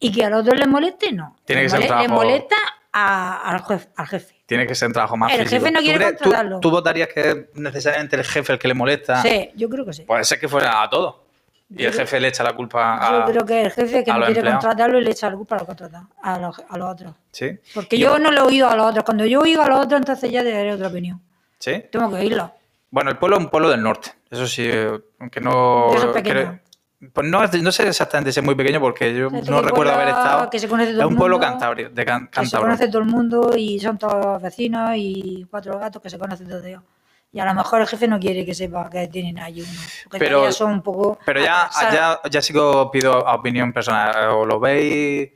Speaker 2: y que a los dos les moleste, no.
Speaker 1: Tiene
Speaker 2: Le
Speaker 1: que ser un
Speaker 2: mole- Le
Speaker 1: trabajo-
Speaker 2: molesta a- al, jef- al jefe.
Speaker 1: Tiene que ser un trabajo más
Speaker 2: El
Speaker 1: físico.
Speaker 2: jefe no
Speaker 1: ¿Tú
Speaker 2: quiere
Speaker 1: crees- tú-
Speaker 2: contratarlo.
Speaker 1: ¿Tú votarías que es necesariamente el jefe el que le molesta?
Speaker 2: Sí, yo creo que sí.
Speaker 1: Puede ser que fuera a todo. Y
Speaker 2: Yo
Speaker 1: el
Speaker 2: creo-
Speaker 1: jefe le echa la culpa Pues, a.
Speaker 2: yo creo que el jefe que
Speaker 1: a
Speaker 2: no
Speaker 1: los
Speaker 2: quiere
Speaker 1: empleados.
Speaker 2: contratarlo y le echa algo para lo contratar a los, a los otros.
Speaker 1: Sí.
Speaker 2: Porque yo, no lo he oído a los otros. Cuando yo oigo a los otros, entonces ya te daré otra opinión.
Speaker 1: Sí.
Speaker 2: Tengo que oírlo.
Speaker 1: Bueno, el pueblo es un pueblo del norte. Eso sí, eh, aunque no.
Speaker 2: De esos pequeños.
Speaker 1: creo- Pues no, no sé exactamente si es muy pequeño porque yo
Speaker 2: O sea, este
Speaker 1: no
Speaker 2: es un
Speaker 1: recuerdo haber
Speaker 2: pueblo
Speaker 1: estado.
Speaker 2: que se conoce
Speaker 1: Es
Speaker 2: todo el
Speaker 1: un pueblo
Speaker 2: mundo,
Speaker 1: cantabrio, de can-
Speaker 2: Que se
Speaker 1: cántabro.
Speaker 2: conoce todo el mundo y son todos vecinos y cuatro gatos que se conocen todos ellos. Y a lo mejor el jefe no quiere que sepa que tienen ahí uno. Porque
Speaker 1: Pero-
Speaker 2: todavía son un poco.
Speaker 1: Pero ya,
Speaker 2: atrasados.
Speaker 1: ya, ya sí que os pido opinión personal. ¿O lo veis,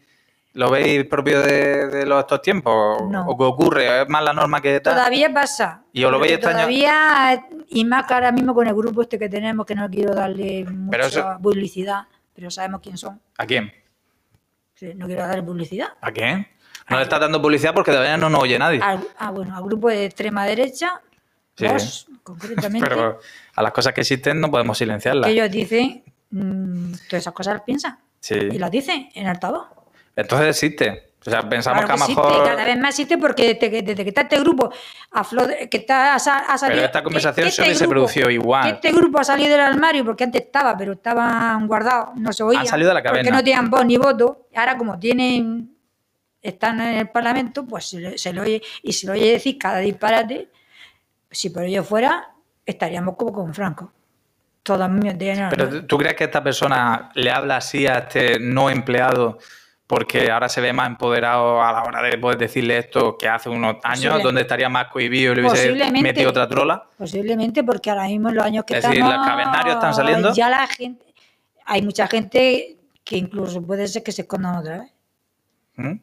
Speaker 1: lo veis propio de, de los estos tiempos?
Speaker 2: No.
Speaker 1: ¿O qué ocurre? ¿Es más la norma que tal?
Speaker 2: Todavía pasa.
Speaker 1: Y os lo
Speaker 2: Porque
Speaker 1: veis este año-
Speaker 2: Todavía, y más que ahora mismo con el grupo este que tenemos, que no quiero darle mucha
Speaker 1: eso-
Speaker 2: publicidad, pero sabemos quién son.
Speaker 1: ¿A quién?
Speaker 2: Sí, No quiero darle publicidad.
Speaker 1: ¿A quién? No le estás dando publicidad porque todavía no nos oye nadie.
Speaker 2: Al, ah, bueno, al grupo de extrema derecha,
Speaker 1: Sí.
Speaker 2: dos, concretamente,
Speaker 1: Pero a las cosas que existen no podemos silenciarlas.
Speaker 2: que ellos dicen mm, todas esas cosas las piensan.
Speaker 1: Sí.
Speaker 2: Y las dicen en altavoz.
Speaker 1: Entonces existe. O sea, pensamos
Speaker 2: Claro
Speaker 1: que a lo
Speaker 2: existe,
Speaker 1: mejor.
Speaker 2: Cada vez más existe porque desde que, desde que está este grupo a flor- que está, ha, sa- ha salido.
Speaker 1: Pero esta
Speaker 2: que-
Speaker 1: conversación
Speaker 2: que
Speaker 1: se hubiese producido igual.
Speaker 2: que este grupo ha salido del armario porque antes estaba, pero estaban guardados, no se oían.
Speaker 1: salido de la
Speaker 2: Porque
Speaker 1: caverna.
Speaker 2: no tenían voz ni voto. Ahora, como tienen. están en el Parlamento, pues se le, se le oye. Y se le oye decir cada disparate. Si por ello fuera, estaríamos como con Franco. Todos mis días en el
Speaker 1: Pero
Speaker 2: armario.
Speaker 1: ¿tú- ¿tú crees que esta persona le habla así a este no empleado porque ahora se ve más empoderado a la hora de poder decirle esto que hace unos años,
Speaker 2: Posible.
Speaker 1: donde estaría más cohibido y le hubiese
Speaker 2: Posiblemente.
Speaker 1: metido otra trola?
Speaker 2: Posiblemente porque ahora mismo en los años que
Speaker 1: Es decir,
Speaker 2: estamos...
Speaker 1: los cavernarios están saliendo.
Speaker 2: Ya la gente... Hay mucha gente que incluso puede ser que se escondan otra vez.
Speaker 1: ¿Mm?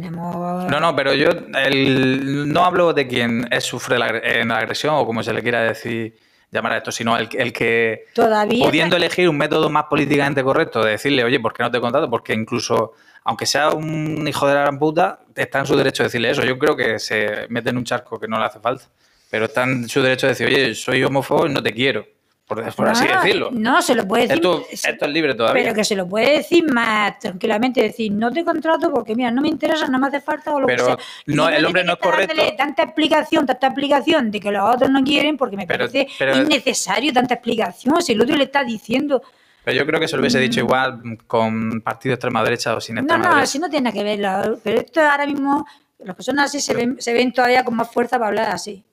Speaker 2: Tenemos...
Speaker 1: No, no, pero yo el- no hablo de quien es- sufre la, agre- en la agresión o como se le quiera decir llamar a esto, sino el, el que
Speaker 2: Todavía...
Speaker 1: pudiendo elegir un método más políticamente correcto de decirle, oye, ¿por qué no te contrato? Porque incluso, aunque sea un hijo de la gran puta, está en su derecho de decirle eso. Yo creo que se mete en un charco que no le hace falta. Pero está en su derecho de decir, oye, soy homófobo y no te quiero. Por, por
Speaker 2: No,
Speaker 1: así decirlo.
Speaker 2: Ah, No, se lo puede decir...
Speaker 1: esto,
Speaker 2: se-
Speaker 1: esto es libre todavía.
Speaker 2: pero que se lo puede decir más tranquilamente, decir, no te contrato porque mira, no me interesa, no me hace falta o lo
Speaker 1: Pero
Speaker 2: que sea.
Speaker 1: no,
Speaker 2: Y
Speaker 1: el
Speaker 2: tiene
Speaker 1: hombre
Speaker 2: que
Speaker 1: no es
Speaker 2: estar
Speaker 1: correcto.
Speaker 2: dándole Tanta explicación, tanta explicación de que los otros no quieren porque me
Speaker 1: Pero-
Speaker 2: parece
Speaker 1: pero-
Speaker 2: innecesario tanta explicación. Si el otro le está diciendo,
Speaker 1: Pero yo creo que se lo hubiese dicho igual con partido de extrema derecha o sin
Speaker 2: Mm. No,
Speaker 1: extrema
Speaker 2: no,
Speaker 1: derecha.
Speaker 2: así no tiene nada que ver. la- pero esto ahora mismo, las personas así se ven, se ven todavía con más fuerza para hablar así.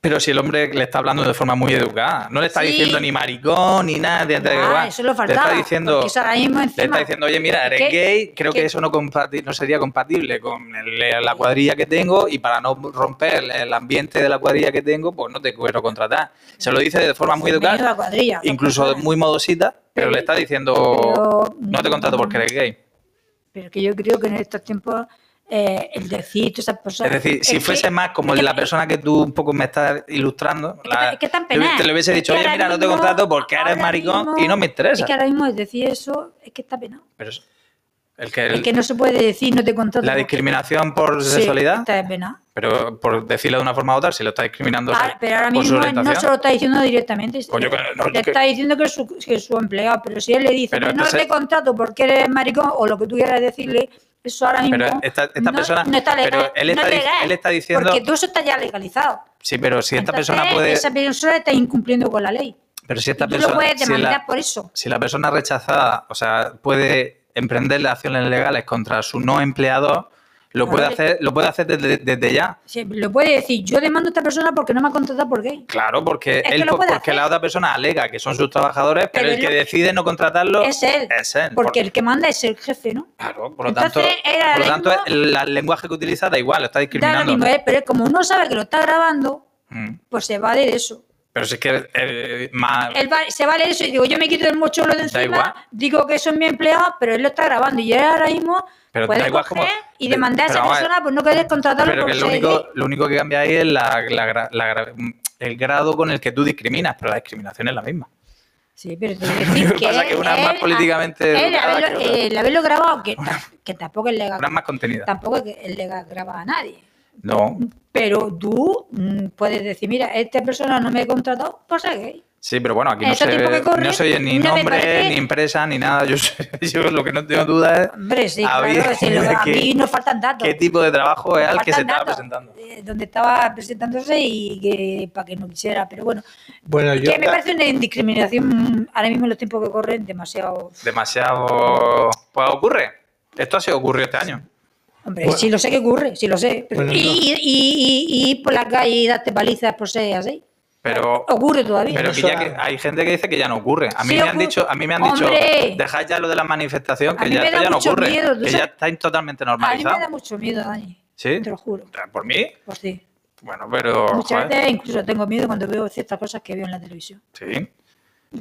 Speaker 1: Pero si el hombre le está hablando de forma muy educada, no le está
Speaker 2: Sí.
Speaker 1: diciendo ni maricón ni nada. te- te-
Speaker 2: Ah,
Speaker 1: igual.
Speaker 2: eso lo
Speaker 1: Le
Speaker 2: faltaba.
Speaker 1: está diciendo.
Speaker 2: porque eso ahora mismo
Speaker 1: Le
Speaker 2: encima-
Speaker 1: está diciendo, oye, mira, eres
Speaker 2: ¿Qué?
Speaker 1: gay, creo
Speaker 2: ¿Qué?
Speaker 1: que eso no, compati- no sería compatible con el- la cuadrilla que tengo y para no romper el ambiente de la cuadrilla que tengo, pues no te quiero contratar. Se lo dice de forma muy
Speaker 2: menuda
Speaker 1: educada,
Speaker 2: cuadrilla, dos
Speaker 1: incluso
Speaker 2: personas.
Speaker 1: muy modosita, pero le está diciendo,
Speaker 2: Pero-
Speaker 1: no te contrato porque eres gay.
Speaker 2: Pero que yo creo que en estos tiempos eh, el decir todas esas
Speaker 1: Es
Speaker 2: personas.
Speaker 1: decir, si
Speaker 2: que-
Speaker 1: fuese más como
Speaker 2: es que-
Speaker 1: la persona que tú un poco me estás ilustrando,
Speaker 2: Es que,
Speaker 1: la-
Speaker 2: es que tan
Speaker 1: te hubiese-
Speaker 2: penal.
Speaker 1: te le hubiese
Speaker 2: Es
Speaker 1: dicho,
Speaker 2: que
Speaker 1: oye,
Speaker 2: ahora
Speaker 1: mira, no te
Speaker 2: mismo-
Speaker 1: contrato porque eres
Speaker 2: ahora
Speaker 1: maricón
Speaker 2: mismo-
Speaker 1: y no me interesa.
Speaker 2: Es que ahora mismo decir eso es que está penado.
Speaker 1: Pero es- el que,
Speaker 2: Es que no se puede decir no te contrato.
Speaker 1: la
Speaker 2: porque-
Speaker 1: discriminación por
Speaker 2: Sí,
Speaker 1: sexualidad
Speaker 2: Está penado.
Speaker 1: Pero por decirlo de una forma u otra, si lo está discriminando
Speaker 2: Ah, pero ahora
Speaker 1: por su
Speaker 2: mismo no se
Speaker 1: orientación.
Speaker 2: lo está diciendo directamente.
Speaker 1: Coño, que no,
Speaker 2: le
Speaker 1: que-
Speaker 2: está diciendo que es, su, que es su empleado, pero si él le dice
Speaker 1: Pero
Speaker 2: "Pues no
Speaker 1: entonces-
Speaker 2: te contrato porque eres maricón o lo que tú quieras decirle, eso ahora mismo.
Speaker 1: Pero esta, esta
Speaker 2: no-
Speaker 1: persona.
Speaker 2: no está legal.
Speaker 1: pero él
Speaker 2: no
Speaker 1: está,
Speaker 2: es
Speaker 1: di-
Speaker 2: legal,
Speaker 1: él está diciendo.
Speaker 2: Porque todo eso está ya legalizado.
Speaker 1: Sí, pero si esta
Speaker 2: Entonces,
Speaker 1: persona puede.
Speaker 2: Esa persona está incumpliendo con la ley.
Speaker 1: Pero si esta
Speaker 2: Y tú lo
Speaker 1: persona.
Speaker 2: puedes
Speaker 1: Si
Speaker 2: demandar
Speaker 1: la,
Speaker 2: por eso.
Speaker 1: si la persona rechazada, o sea, puede emprender acciones legales contra su no empleador, lo puede
Speaker 2: Claro.
Speaker 1: hacer, lo puede hacer desde, desde ya.
Speaker 2: Sí, lo puede decir, yo demando a esta persona porque no me ha contratado por gay.
Speaker 1: Claro, porque
Speaker 2: Es que
Speaker 1: él
Speaker 2: lo puede
Speaker 1: porque
Speaker 2: hacer.
Speaker 1: la otra persona alega que son sus trabajadores, pero,
Speaker 2: Pero
Speaker 1: el
Speaker 2: él
Speaker 1: que
Speaker 2: lo-
Speaker 1: decide no contratarlo
Speaker 2: Es él.
Speaker 1: Es él.
Speaker 2: Porque
Speaker 1: Por-
Speaker 2: el que manda es el jefe, ¿no?
Speaker 1: Claro, por lo
Speaker 2: Entonces,
Speaker 1: tanto,
Speaker 2: era
Speaker 1: por lo
Speaker 2: el
Speaker 1: tanto
Speaker 2: mismo-
Speaker 1: el, el lenguaje que utiliza da igual, lo está
Speaker 2: Da lo
Speaker 1: discriminando.
Speaker 2: mismo, ¿eh? pero es como no sabe que lo está grabando,
Speaker 1: Mm.
Speaker 2: pues se va de eso.
Speaker 1: Pero si es que eh, más,
Speaker 2: Él va- se vale eso y digo, yo me quito el mochuelo de encima,
Speaker 1: igual.
Speaker 2: digo que eso es mi empleado, pero él lo está grabando y él ahora mismo
Speaker 1: Pero
Speaker 2: puede
Speaker 1: da igual
Speaker 2: coger
Speaker 1: como-
Speaker 2: y demandar a
Speaker 1: pero
Speaker 2: esa
Speaker 1: vamos a ver.
Speaker 2: persona por no querer contratarlo
Speaker 1: pero que
Speaker 2: porque
Speaker 1: lo
Speaker 2: es
Speaker 1: único,
Speaker 2: gay.
Speaker 1: lo único que cambia ahí es la, la gra- la gra- el grado con el que tú discriminas, pero la discriminación es la misma.
Speaker 2: Sí, pero te quiero decir
Speaker 1: Lo que
Speaker 2: que,
Speaker 1: pasa es que una es más
Speaker 2: él-
Speaker 1: políticamente
Speaker 2: él
Speaker 1: educada
Speaker 2: haberlo,
Speaker 1: que otra.
Speaker 2: eh, el haberlo grabado, que, que tampoco es legal,
Speaker 1: Una es más contenida.
Speaker 2: tampoco es que él le graba a nadie.
Speaker 1: No.
Speaker 2: Pero tú mm, puedes decir, mira, esta persona no me ha contratado pues por ser gay.
Speaker 1: Sí, pero bueno, aquí no
Speaker 2: Eso
Speaker 1: se,
Speaker 2: tiempo
Speaker 1: ve-
Speaker 2: que corre,
Speaker 1: no se oye ni
Speaker 2: no me
Speaker 1: nombre,
Speaker 2: parece-
Speaker 1: ni empresa, ni nada. Yo, sé- yo lo que no tengo duda es
Speaker 2: Hombre, sí,
Speaker 1: A
Speaker 2: claro,
Speaker 1: ver,
Speaker 2: sí, lo- a
Speaker 1: ¿qué-
Speaker 2: mí nos faltan datos.
Speaker 1: qué tipo de trabajo es al que se
Speaker 2: Faltan
Speaker 1: está
Speaker 2: datos,
Speaker 1: presentando.
Speaker 2: eh, donde estaba presentándose y que para que no quisiera, pero bueno.
Speaker 5: Bueno, yo
Speaker 2: que me parece una indiscriminación mm, ahora mismo en los tiempos que corren demasiado.
Speaker 1: Demasiado. Pues ocurre. Esto ha sido ocurrido este año.
Speaker 2: Hombre,
Speaker 5: Bueno.
Speaker 2: si lo sé que ocurre, si lo sé. pero-
Speaker 5: Bueno,
Speaker 2: y,
Speaker 5: no.
Speaker 2: y, y- y ir por las calles y darte palizas por ser así.
Speaker 1: Pero,
Speaker 2: Ocurre todavía.
Speaker 1: pero
Speaker 5: no
Speaker 1: que ya que
Speaker 5: suena.
Speaker 1: hay gente que dice que ya no ocurre. A mí
Speaker 2: Sí
Speaker 1: me han
Speaker 2: ocurre.
Speaker 1: dicho, a mí me han
Speaker 2: ¡Hombre!
Speaker 1: dicho, dejad ya lo de la manifestación,
Speaker 2: A
Speaker 1: que
Speaker 2: mí
Speaker 1: ya
Speaker 2: me
Speaker 1: esto
Speaker 2: da
Speaker 1: ya no
Speaker 2: mucho
Speaker 1: ocurre,
Speaker 2: miedo, tú
Speaker 1: que ya
Speaker 2: sabes-
Speaker 1: está totalmente
Speaker 2: a mí me da
Speaker 1: normalizado.
Speaker 2: mucho miedo, Dani.
Speaker 1: ¿Sí?
Speaker 2: Te lo juro.
Speaker 1: ¿Por mí?
Speaker 2: Pues sí.
Speaker 1: Bueno, pero
Speaker 2: Muchas
Speaker 1: joder,
Speaker 2: veces incluso tengo miedo cuando veo ciertas cosas que veo en la televisión.
Speaker 1: sí.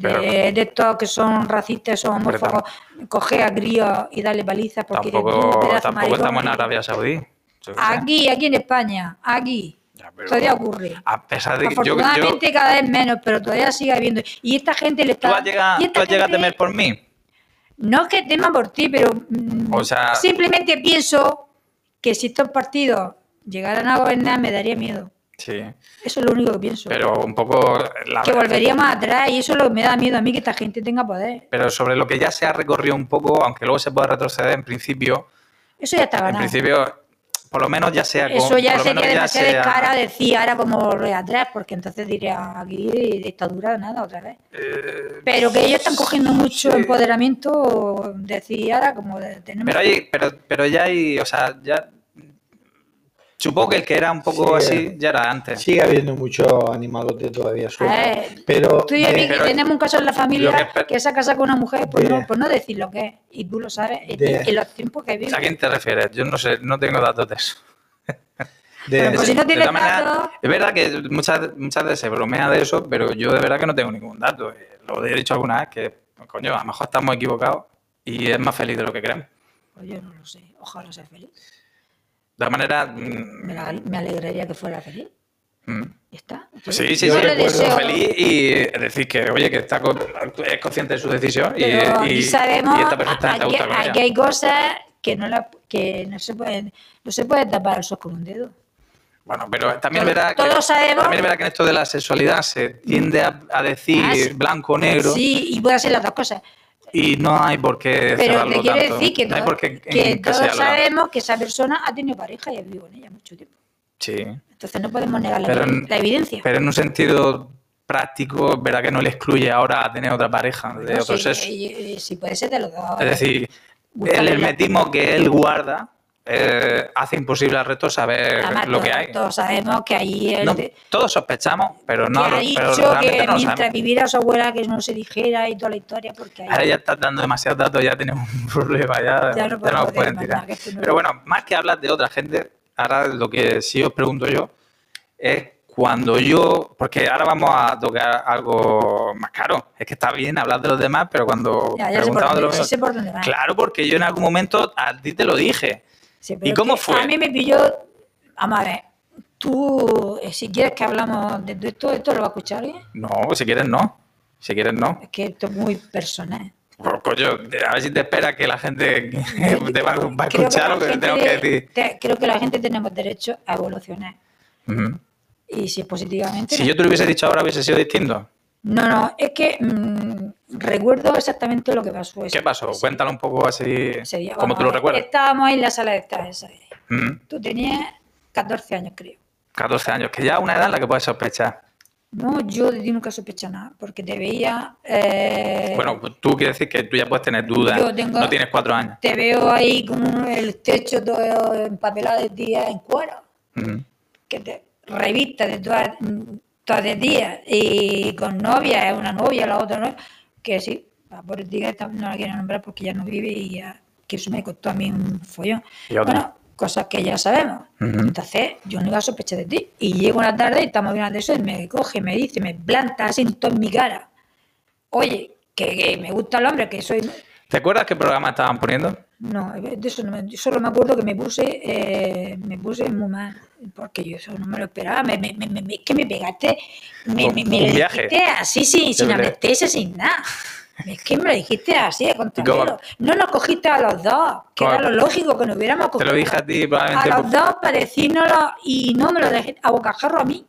Speaker 1: Pero-
Speaker 2: De, de estos que son racistas, son
Speaker 1: Hombre, tam-
Speaker 2: homófobos, coger a gríos y darle palizas porque eres tú, pedazo
Speaker 1: Tampoco,
Speaker 2: de
Speaker 1: tampoco estamos en
Speaker 2: maricón.
Speaker 1: Arabia Saudí. Yo qué sé.
Speaker 2: Aquí, aquí en España, aquí.
Speaker 1: Ya, pero-
Speaker 2: todavía ocurre.
Speaker 1: a pesar de que yo, yo
Speaker 2: Afortunadamente cada vez menos, pero todavía sigue habiendo. Y esta gente le
Speaker 1: tú
Speaker 2: está...
Speaker 1: has llegado,
Speaker 2: y
Speaker 1: tú
Speaker 2: esta
Speaker 1: has llegado a
Speaker 2: gente-
Speaker 1: temer por mí.
Speaker 2: No es que tema por ti, pero mm,
Speaker 1: O sea-
Speaker 2: simplemente pienso que si estos partidos llegaran a gobernar me daría miedo.
Speaker 1: Sí,
Speaker 2: Eso es lo único que pienso.
Speaker 1: pero un poco la-
Speaker 2: que volveríamos atrás y eso es lo que me da miedo a mí que esta gente tenga poder.
Speaker 1: pero sobre lo que ya se ha recorrido un poco, aunque luego se pueda retroceder en principio,
Speaker 2: Eso ya está
Speaker 1: en
Speaker 2: ganado.
Speaker 1: principio por lo menos ya sea con-
Speaker 2: Eso ya
Speaker 1: por lo
Speaker 2: sería
Speaker 1: menos ya
Speaker 2: demasiado
Speaker 1: sea-
Speaker 2: cara decir ahora como re atrás, porque entonces diría aquí dictadura nada otra vez.
Speaker 1: eh,
Speaker 2: Pero que ellos están cogiendo mucho
Speaker 1: sí.
Speaker 2: empoderamiento, decir ahora como de, tenemos
Speaker 1: Pero, hay, pero, pero ya hay, o sea, ya. Supongo que el que era un poco
Speaker 5: Sí,
Speaker 1: así ya era antes.
Speaker 5: Sigue habiendo muchos animalote todavía sueltos.
Speaker 2: Eh,
Speaker 5: Pero
Speaker 2: Tú y a
Speaker 5: de-
Speaker 2: mí que
Speaker 1: Pero-
Speaker 2: tenemos un caso en la
Speaker 1: Lo que
Speaker 2: familia
Speaker 1: esper-
Speaker 2: que, se ha casado con una mujer por,
Speaker 5: De-
Speaker 2: no, por no decir lo que es. Y tú lo sabes y-
Speaker 5: De-
Speaker 2: y, los tiempos que vives.
Speaker 1: ¿A quién te refieres? Yo no sé, no tengo datos de eso.
Speaker 5: de-
Speaker 2: Pero pues si no
Speaker 1: De
Speaker 2: tienes
Speaker 1: todas maneras,
Speaker 2: datos-
Speaker 1: es verdad que muchas, muchas veces se bromea de eso, pero yo de verdad que no tengo ningún dato. Eh, Lo he dicho alguna vez que, coño, a lo mejor estamos equivocados y es más feliz de lo que creemos.
Speaker 2: Pues yo no lo sé. Ojalá sea feliz.
Speaker 1: De todas maneras, mm,
Speaker 2: Me, la- me alegraría que fuera feliz.
Speaker 1: mm,
Speaker 2: Ya está. Yo-
Speaker 1: sí, sí,
Speaker 2: yo
Speaker 1: sí,
Speaker 2: le
Speaker 5: recuerdo
Speaker 2: deseo-
Speaker 1: feliz y decir que, oye, que está con- es consciente de su decisión y,
Speaker 2: pero
Speaker 1: y-
Speaker 2: aquí sabemos,
Speaker 1: y está perfectamente a
Speaker 2: aquí,
Speaker 1: gusto con
Speaker 2: aquí
Speaker 1: ella.
Speaker 2: hay cosas que no, la, que no se pueden no se puede tapar el sol con un dedo.
Speaker 1: Bueno, pero también
Speaker 2: Todo-
Speaker 1: verá
Speaker 2: todos
Speaker 1: que,
Speaker 2: sabemos-
Speaker 1: también verá que en esto de la sexualidad se tiende a, a decir
Speaker 2: Ah, sí.
Speaker 1: blanco o negro
Speaker 2: Sí, y puede hacer las dos cosas.
Speaker 1: y no hay por qué
Speaker 2: Pero
Speaker 1: cerrarlo
Speaker 2: te quiero
Speaker 1: tanto.
Speaker 2: decir que,
Speaker 1: no hay
Speaker 2: to-
Speaker 1: por qué
Speaker 2: que todos
Speaker 1: encasillarlo tanto.
Speaker 2: sabemos que esa persona ha tenido pareja y ha vivido con ella mucho tiempo.
Speaker 1: Sí,
Speaker 2: Entonces no podemos negar la,
Speaker 1: Pero
Speaker 2: evi-
Speaker 1: en-
Speaker 2: la evidencia.
Speaker 1: pero en un sentido práctico, verá que no le excluye ahora a tener otra pareja de
Speaker 2: No,
Speaker 1: otro
Speaker 2: sí,
Speaker 1: sexo.
Speaker 2: eh, eh, sí, puede ser de los dos.
Speaker 1: Es decir,
Speaker 2: Buscarle
Speaker 1: el
Speaker 2: la-
Speaker 1: hermetismo que él guarda eh, hace imposible al resto saber
Speaker 2: Además,
Speaker 1: lo que
Speaker 2: todos-
Speaker 1: hay.
Speaker 2: Todos sabemos que ahí el
Speaker 1: No,
Speaker 2: de-
Speaker 1: todos sospechamos, pero
Speaker 2: que
Speaker 1: no,
Speaker 2: ha
Speaker 1: lo- pero
Speaker 2: dicho que
Speaker 1: realmente no lo
Speaker 2: mientras
Speaker 1: sabemos.
Speaker 2: viviera su abuela que no se dijera y toda la historia porque ahí-
Speaker 1: Ahora ya estás dando demasiados datos, ya tenemos un problema, ya,
Speaker 2: Ya
Speaker 1: ya
Speaker 2: no
Speaker 1: no
Speaker 2: podemos
Speaker 1: nos pueden
Speaker 2: decir más
Speaker 1: tirar.
Speaker 2: nada, que esto no-
Speaker 1: Pero bueno, más que hablar de otra gente, ahora lo que sí os pregunto yo es cuando yo, porque ahora vamos a tocar algo más caro, es que está bien hablar de los demás, pero cuando
Speaker 2: ya, ya sé, por
Speaker 1: preguntamos de
Speaker 2: dónde,
Speaker 1: los
Speaker 2: sí
Speaker 1: míos,
Speaker 2: sé por dónde va.
Speaker 1: claro, porque yo en algún momento a ti te lo dije,
Speaker 2: Sí, pero
Speaker 1: ¿Y cómo
Speaker 2: que
Speaker 1: fue?
Speaker 2: A mí me pilló. Vamos a ver, tú, eh, si quieres que hablamos de esto, esto lo va a escuchar ¿eh? alguien.
Speaker 1: no, si quieres no, si quieres no.
Speaker 2: Es que esto es muy personal.
Speaker 1: Pues, coño, a ver si te espera que la gente te va, va a
Speaker 2: Creo
Speaker 1: escuchar
Speaker 2: la
Speaker 1: lo que te
Speaker 2: gente
Speaker 1: tengo que
Speaker 2: de-
Speaker 1: decir.
Speaker 2: te- creo que la gente tenemos derecho a evolucionar.
Speaker 1: Ujú.
Speaker 2: Y si es positivamente.
Speaker 1: Si
Speaker 2: no.
Speaker 1: yo te lo hubiese dicho ahora hubiese sido distinto.
Speaker 2: No, no, es que mm, recuerdo exactamente lo que pasó. ese-
Speaker 1: ¿Qué pasó?
Speaker 2: ese-
Speaker 1: Cuéntalo un poco así
Speaker 2: ese día.
Speaker 1: como
Speaker 2: Vamos
Speaker 1: tú
Speaker 2: a
Speaker 1: lo
Speaker 2: ver,
Speaker 1: recuerdas.
Speaker 2: Estábamos ahí en la sala de estar esa vez.
Speaker 1: Mm,
Speaker 2: Tú tenías 14 años, creo.
Speaker 1: 14 años, que ya es una edad en la que puedes sospechar.
Speaker 2: No, yo de ti nunca sospeché nada, porque te veía. eh,
Speaker 1: Bueno, tú quieres decir que tú ya puedes tener dudas.
Speaker 2: yo tengo-
Speaker 1: No tienes cuatro años.
Speaker 2: Te veo ahí con el techo todo empapelado de día en cuero,
Speaker 1: Mm,
Speaker 2: que te revistas de todas todas de día y con novia, es una novia, la otra no, que sí, la política esta no la quiero nombrar porque ya no vive y ya, que eso me costó a mí un follón.
Speaker 1: Y otra.
Speaker 2: Bueno, cosas que ya sabemos.
Speaker 1: Ujú.
Speaker 2: Entonces, yo no iba a sospechar de ti. Y llego una tarde y estamos hablando de eso y me coge, me dice, me planta así en toda mi cara. Oye, que, que me gusta el hombre, que soy
Speaker 1: ¿Te acuerdas qué programa estaban poniendo?
Speaker 2: no, eh, de eso no me- yo solo me acuerdo que me puse, eh, me puse muy mal, porque yo eso no me lo esperaba, me, me, me- me- que me pegaste, me, me, me
Speaker 1: Un
Speaker 2: lo
Speaker 1: viaje.
Speaker 2: dijiste así, sin, sin
Speaker 1: De verdad.
Speaker 2: anestesia, sin nada. Es que me lo dijiste así, a
Speaker 1: cómo?
Speaker 2: contrapelo. No nos cogiste a los dos, que
Speaker 1: ¿Cómo?
Speaker 2: era lo lógico que nos hubiéramos
Speaker 1: Te
Speaker 2: cogido.
Speaker 1: lo dije pues. a ti
Speaker 2: a
Speaker 1: probablemente.
Speaker 2: los
Speaker 1: por-
Speaker 2: dos para decírnoslo y no me lo dejé a bocajarro a mí.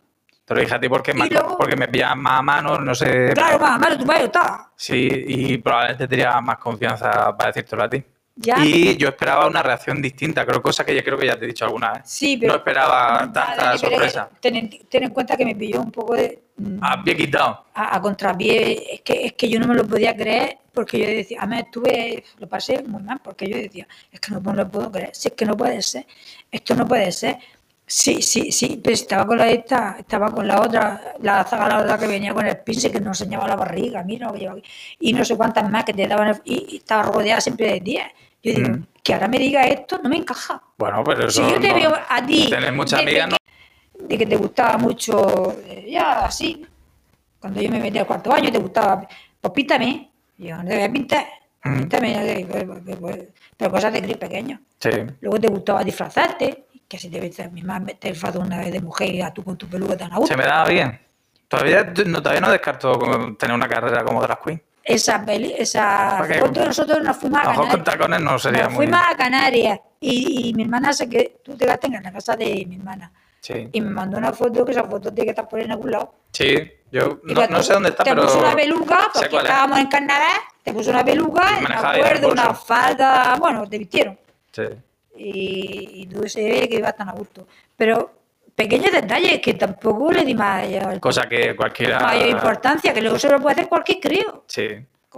Speaker 1: Te lo dije a ti porque, me,
Speaker 2: luego-
Speaker 1: porque me pillaban más a mano, no sé.
Speaker 2: Claro, más malo tu padre estaba.
Speaker 1: Sí, y probablemente tenía más confianza para decírtelo a ti.
Speaker 2: Ya.
Speaker 1: Y yo esperaba una reacción distinta, creo, cosa que yo creo que ya te he dicho alguna vez.
Speaker 2: Sí, pero.
Speaker 1: no esperaba
Speaker 2: Vale,
Speaker 1: tanta
Speaker 2: pero que
Speaker 1: sorpresa. Ah,
Speaker 2: Ten, ten en cuenta que me pilló un poco de. mm,
Speaker 1: Había quitado.
Speaker 2: a, a contrapié. Es que, es que yo no me lo podía creer porque yo decía, además estuve, lo pasé muy mal porque yo decía, es que no me lo puedo creer, si es que no puede ser, esto no puede ser. Sí, sí, sí, pero estaba con la esta, estaba con la otra, la zagalada que venía con el pincel que nos enseñaba la barriga, mira lo que lleva aquí, y no sé cuántas más que te daban, el- y, y estaba rodeada siempre de 10. Yo digo,
Speaker 1: Mm.
Speaker 2: que ahora me diga esto, no me encaja.
Speaker 1: Bueno, pero
Speaker 2: Si
Speaker 1: eso.
Speaker 2: yo te
Speaker 1: no-
Speaker 2: veo a ti,
Speaker 1: Tener muchas
Speaker 2: de
Speaker 1: amigas no.
Speaker 2: de que te gustaba mucho, eh, ya así, cuando yo me metí al cuarto año, te gustaba, pues píntame, Y yo no te voy a pintar,
Speaker 1: Mm.
Speaker 2: píntame, ya te- pues, pues, pues, pero cosas de gris pequeño.
Speaker 1: Sí.
Speaker 2: Luego te gustaba disfrazarte, que si te ves mi mamá te disfrazó una vez de mujer y a tú con tu peluca tan a gusto.
Speaker 1: Se me daba bien. Todavía no, todavía no descarto como tener una carrera como drag queen.
Speaker 2: Esa peli, esa
Speaker 1: Porque
Speaker 2: foto nosotros nos fuimos
Speaker 1: A
Speaker 2: a
Speaker 1: lo mejor con
Speaker 2: Canarias.
Speaker 1: tacones no sería
Speaker 2: Nos
Speaker 1: muy.
Speaker 2: fuimos a Canarias y, y mi hermana se que tú te quedaste en la casa de mi hermana.
Speaker 1: Sí.
Speaker 2: Y me mandó una foto que esa foto tiene que estar por ahí en algún lado.
Speaker 1: Sí, yo
Speaker 2: Y
Speaker 1: no,
Speaker 2: cuando
Speaker 1: no sé dónde está,
Speaker 2: te
Speaker 1: pero.
Speaker 2: puso una peluca,
Speaker 1: sé
Speaker 2: porque
Speaker 1: cuál es.
Speaker 2: estábamos en Canadá, te puso una peluca,
Speaker 1: Y
Speaker 2: me
Speaker 1: manejaba bien el
Speaker 2: acuerdo, una
Speaker 1: bolso.
Speaker 2: falda, bueno, te vistieron.
Speaker 1: Sí.
Speaker 2: Y, y tú se ve que ibas tan a gusto. Pero pequeños detalles que tampoco le di más
Speaker 1: Cosa que cualquiera.
Speaker 2: mayor importancia, que luego se lo puede hacer cualquier crío.
Speaker 1: Sí.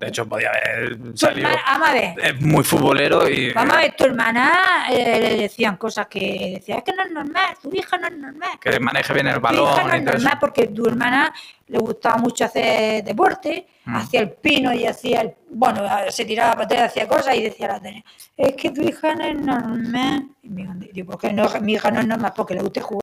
Speaker 1: De hecho, podía haber
Speaker 2: Tu
Speaker 1: salido.
Speaker 2: hermana- Vamos a ver,
Speaker 1: Es muy futbolero y.
Speaker 2: vamos a ver, tu hermana eh, le decían cosas que decía, es que no es normal, tu hija no es normal.
Speaker 1: Que maneje bien el
Speaker 2: Tu hija no
Speaker 1: balón
Speaker 2: es
Speaker 1: y todo eso.
Speaker 2: normal porque tu hermana le gustaba mucho hacer deporte,
Speaker 1: Mm.
Speaker 2: hacía el pino y hacía el, bueno, se tiraba para atrás, hacía cosas y decía la tele, es que tu hija no es normal. Y me dijo, "Digo, ¿por qué no? Mi hija no es normal porque le gusta jugar.